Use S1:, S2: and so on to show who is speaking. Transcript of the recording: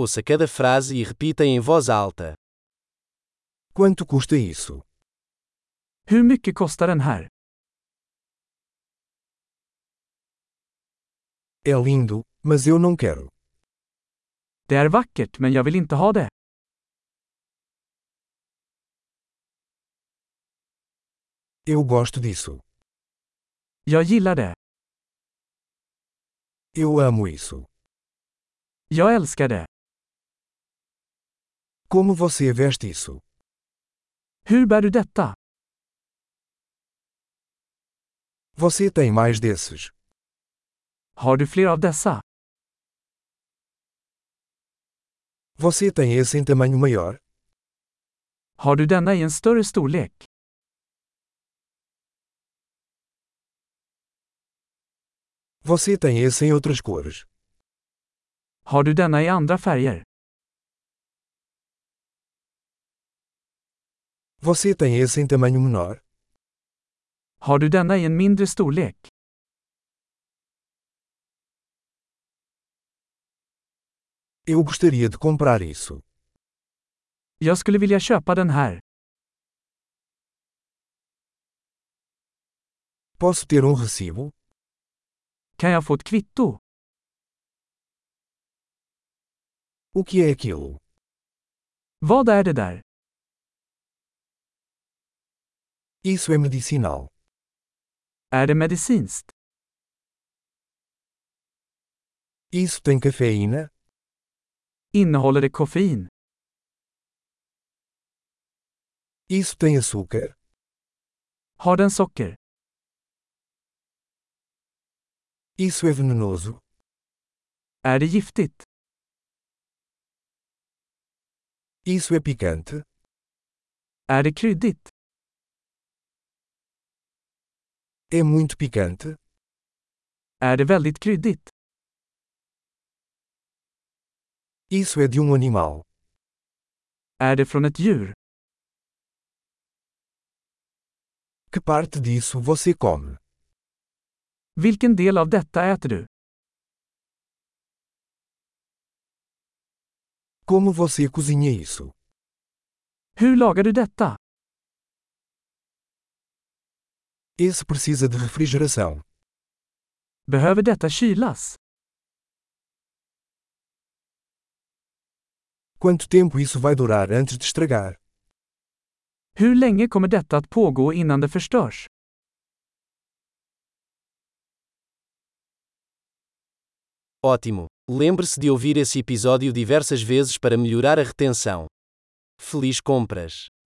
S1: Ouça cada frase e repita em voz alta.
S2: Quanto custa isso?
S3: Hur mycket kostar den här?
S2: É lindo, mas eu não quero.
S3: Det är vackert men jag vill inte ha det.
S2: Eu gosto disso.
S3: Jag gillar det.
S2: Eu amo isso.
S3: Jag älskar det.
S2: Como você veste isso?
S3: Hur bär du detta?
S2: Você tem mais desses.
S3: Har du fler av dessa?
S2: Você tem esse em tamanho maior?
S3: Har du denna i en större storlek?
S2: Você tem esse em outras cores?
S3: Har du denna i andra färger?
S2: Você tem esse em tamanho menor?
S3: Har du denna i en mindre storlek?
S2: Eu gostaria de comprar isso.
S3: Jag skulle vilja köpa den här.
S2: Posso ter um recibo?
S3: Kan jag få ett kvitto?
S2: O que é aquilo?
S3: Vad är det där?
S2: Isso é medicinal.
S3: Är det medicinskt?
S2: Isso tem cafeína?
S3: Innehåller det koffein?
S2: Isso tem açúcar?
S3: Har den socker?
S2: Isso é venenoso?
S3: Är det giftigt?
S2: Isso é picante?
S3: Är det kryddigt?
S2: É muito picante?
S3: Är det väldigt kryddigt?
S2: Isso é de um animal.
S3: Är det från ett djur?
S2: Que parte disso você come?
S3: Vilken del av detta äter du?
S2: Como você cozinha isso?
S3: Hur lagar du detta?
S2: Esse precisa de refrigeração.
S3: Behöver detta kylas?
S2: Quanto tempo isso vai durar antes de estragar?
S3: Hur länge kommer detta att pågå innan det förstörs?
S1: Ótimo! Lembre-se de ouvir esse episódio diversas vezes para melhorar a retenção. Feliz compras!